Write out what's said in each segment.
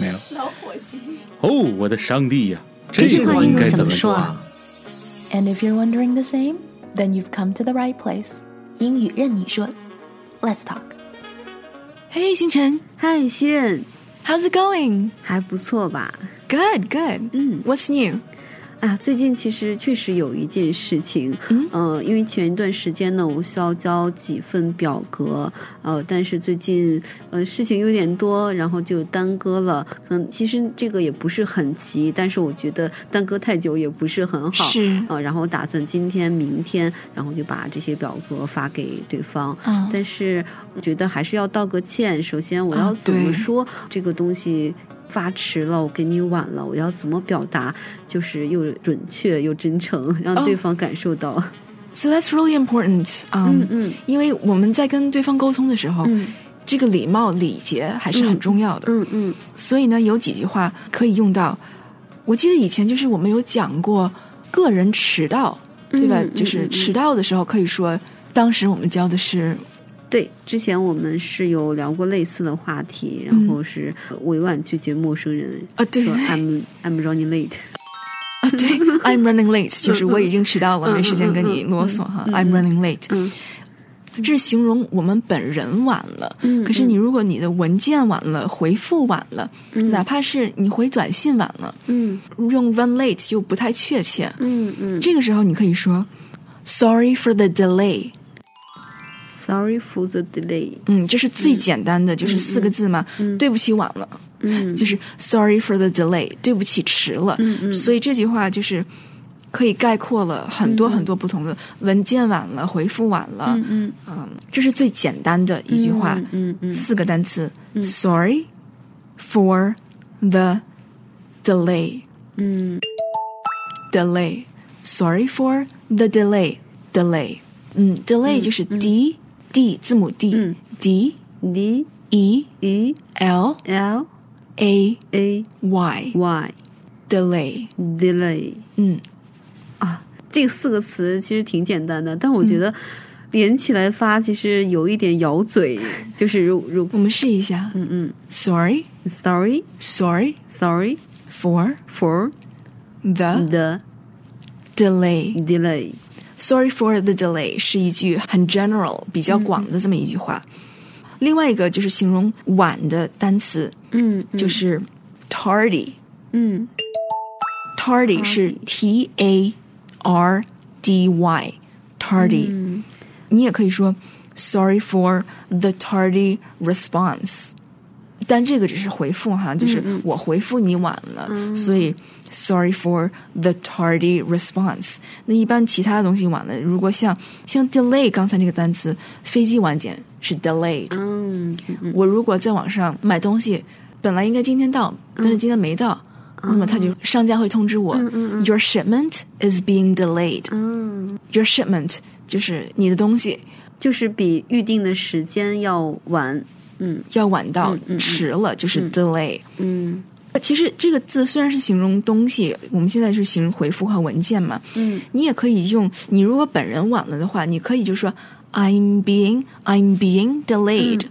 没有。老伙计。哦，我的上帝呀、这句话个英应该文怎么么说说啊？ And if you're wondering the same, then you've come to the right place。英语任你说，Let's talk。 Hey, 星辰嗨，西任， ，How's it going? 还不错吧？ Good, good. 嗯 What's new? 啊，最近其实确实有一件事情，嗯呃，因为前一段时间呢，我需要交几份表格，呃，但是最近呃事情有点多，然后就耽搁了。嗯，其实这个也不是很急，但是我觉得耽搁太久也不是很好。是呃，然后打算今天、明天，然后就把这些表格发给对方。嗯，但是我觉得还是要道个歉。首先，我要啊怎么对说、这个东西？发迟了，我给你晚了，我要怎么表达，就是又准确又真诚，让哦对方感受到。 So that's really important. 嗯、嗯嗯因为我们在跟对方沟通的时候，嗯这个礼貌礼节还是很重要的。嗯嗯所以呢，有几句话可以用到。我记得以前就是我们有讲过个人迟到，对吧？嗯嗯就是嗯嗯迟到的时候可以说，当时我们教的是对，之前我们是有聊过类似的话题，然后是委婉拒绝陌生人，啊，对说嗯对 I'm I'm running late。啊，对，I'm running late，就是我已经迟到了，没时间跟你啰嗦哈。I'm running late，嗯这是形容我们本人晚了。嗯可是你如果你的文件晚了，回复晚了，哪怕是你回短信晚了，嗯用 run late 就不太确切。嗯嗯这个时候你可以说 Sorry for the delay。 ，Sorry for the delay。嗯，这是最简单的，就是四个字嘛。对不起，晚了。嗯就是 Sorry for the delay，对不起，迟了。嗯嗯所以这句话就是可以概括了很多很多不同的文件晚了，回复晚了。嗯嗯这是最简单的一句话，嗯嗯四个单词、s o r r y for the delay。嗯 delay。Sorry for the delay. Delay. 嗯，delay 就是 d、d 字母 d、嗯 d ，D e E l L a A y Y delay。 delay。嗯，这四个词其实挺简单的，但我觉得连起来发其实有一点咬嘴，就是如如我们试一下。嗯嗯 Sorry, ，sorry sorry sorry for for the the delay. delay。 Sorry for the delay 是一句很 general 比较广的这么一句话。另外一个就是形容晚的单词，嗯，就是是 tardy。嗯 tardy 是 t a r d y 嗯 tardy，你也可以说 sorry for the tardy response，但这个只是回复哈，就是嗯我回复你晚了，所以 sorry for the tardy response。那一般其他的东西晚了，如果像像 delay 刚才那个单词，飞机晚点是 delayed，嗯我如果在网上买东西，本来应该今天到，但是今天没到，嗯那么他就商家会通知我、y o u r shipment is being delayed、嗯， Your shipment 就是你的东西就是比预定的时间要晚。嗯要晚到、嗯嗯嗯迟了，就是嗯 delay。呃嗯其实这个字虽然是形容东西，我们现在是形容回复和文件嘛，嗯你也可以用。你如果本人晚了的话，你可以就说 I'm being I'm being delayed，、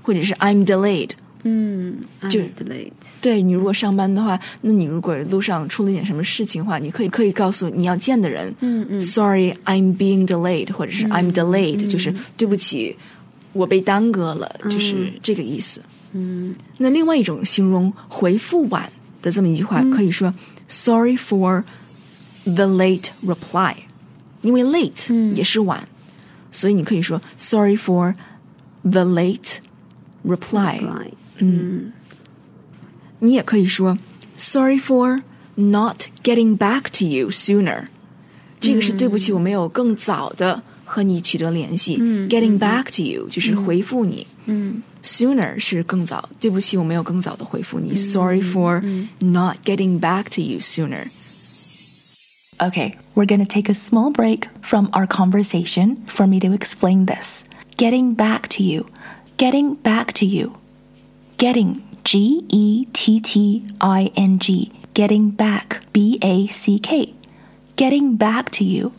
或者是 I'm delayed。嗯，就 I'm delayed。对你如果上班的话，那你如果路上出了点什么事情的话，你可以可以告诉你要见的人，嗯嗯 s o r r y I'm being delayed，或者是 I'm delayed，、就是对不起，我被耽搁了，就是这个意思。嗯那另外一种形容回复晚的这么一句嗯话，可以说 Sorry for the late reply，因为嗯 late 也是晚，所以你可以说 Sorry for the late reply。 ，right。你也可以说 "Sorry for not getting back to you sooner"，这个是对不起，我没有更早的和你取得联系。getting back to you 就是回复你。嗯 sooner 是更早，对不起，我没有更早的回复你。Sorry for not getting back to you sooner. Okay, we're gonna take a small break from our conversation for me to explain this. Getting back to you. Getting back to you. Getting. G E T T I N G. Getting back. B A C K. Getting back to you.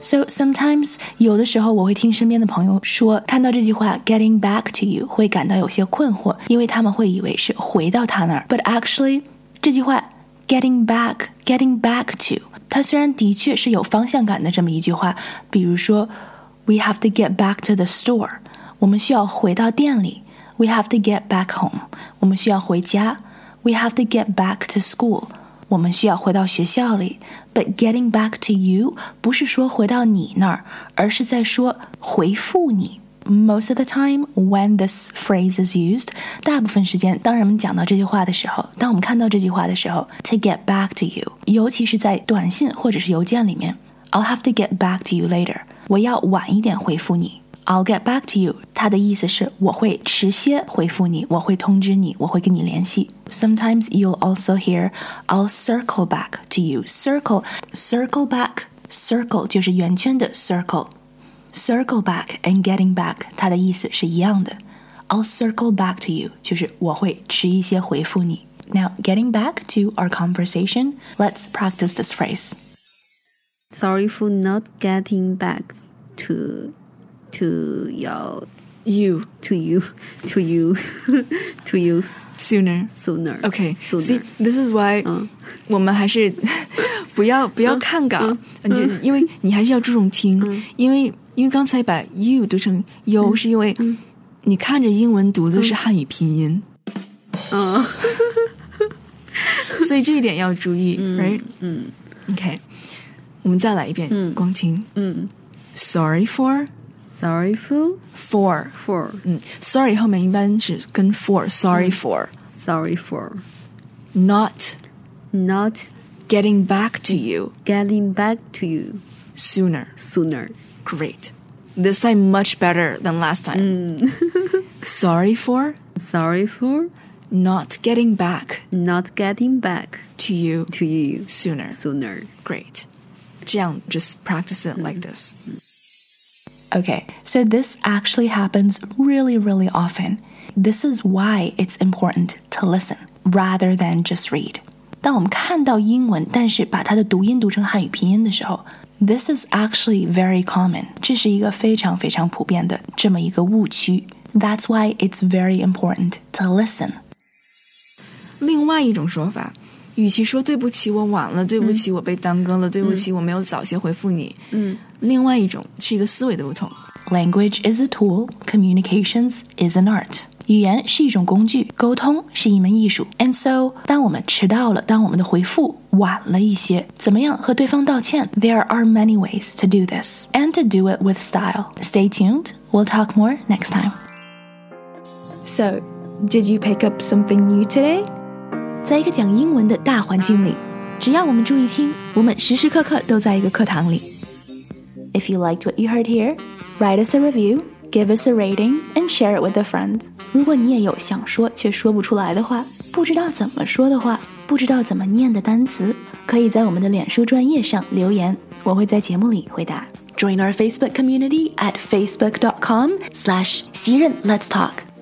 So sometimes 有的时候我会听身边的朋友说，看到这句话 "getting back to you" 会感到有些困惑，因为他们会以为是回到他那儿。But actually 这句话 "getting back, getting back to" 它虽然的确是有方向感的这么一句话，比如说 "We have to get back to the store"，我们需要回到店里；"We have to get back home"，我们需要回家；"We have to get back to school"。我们需要回到学校里。But getting back to you 不是说回到你那儿，而是在说回复你。Most of the time when this phrase is used，大部分时间，当人们讲到这句话的时候，当我们看到这句话的时候，to get back to you，尤其是在短信或者是邮件里面，I'll have to get back to you later，我要晚一点回复你。I'll get back to you，它的意思是我会迟些回复你，我会通知你，我会跟你联系。Sometimes you'll also hear I'll circle back to you. Circle, circle back, circle 就是圆圈的 circle。Circle back and getting back，它的意思是一样的。I'll circle back to you，就是我会迟一些回复你。Now getting back to our conversation, let's practice this phrase. Sorry for not getting back to to your You to you to you to you sooner. sooner. Okay. See, sooner. this is why 我们还是 不要不要看稿，你就因为你还是要注重听，因为因为刚才把 you 读成 you 是因为你看着英文读的是汉语拼音，Uh. 嗯，所以这一点要注意，right？嗯，OK，我们再来一遍，光听，嗯，Sorry for ，sorry for for， for 嗯，Sorry 后面一般是跟 for，Sorry for，not sorry for not getting back to you getting back to you sooner。 sooner. Great. This time much better than last time. Mm. Sorry for Sorry for not getting back not getting back to you to you sooner. sooner. Great. 这样 just practice it like this. Mm. Okay, so this actually happens really, really often. This is why it's important to listen rather than just read. 当我们看到英文，但是把它的读音读成汉语拼音的时候，this is actually very common. 这是一个非常非常普遍的这么一个误区。That's why it's very important to listen. 另外一种说法，与其说对不起我晚了，对不起我被耽搁了，对不起我没有早些回复你，嗯，另外一种是一个思维的不同。 Language is a tool, communications is an art. 语言是一种工具，沟通是一门艺术。And so，当我们迟到了，当我们的回复晚了一些，怎么样和对方道歉？There are many ways to do this, and to do it with style. Stay tuned. We'll talk more next time. So, did you pick up something new today? 在一个讲英文的大环境里，只要我们注意听，我们时时刻刻都在一个课堂里。If you liked what you heard here, write us a review, give us a rating, and share it with a friend. 如果你也有想说却说不出来的话，不知道怎么说的话，不知道怎么念的单词，可以在我们的脸书专业上留言，我会在节目里回答。Join our Facebook community at facebook.com slash 袭人 Let's Talk.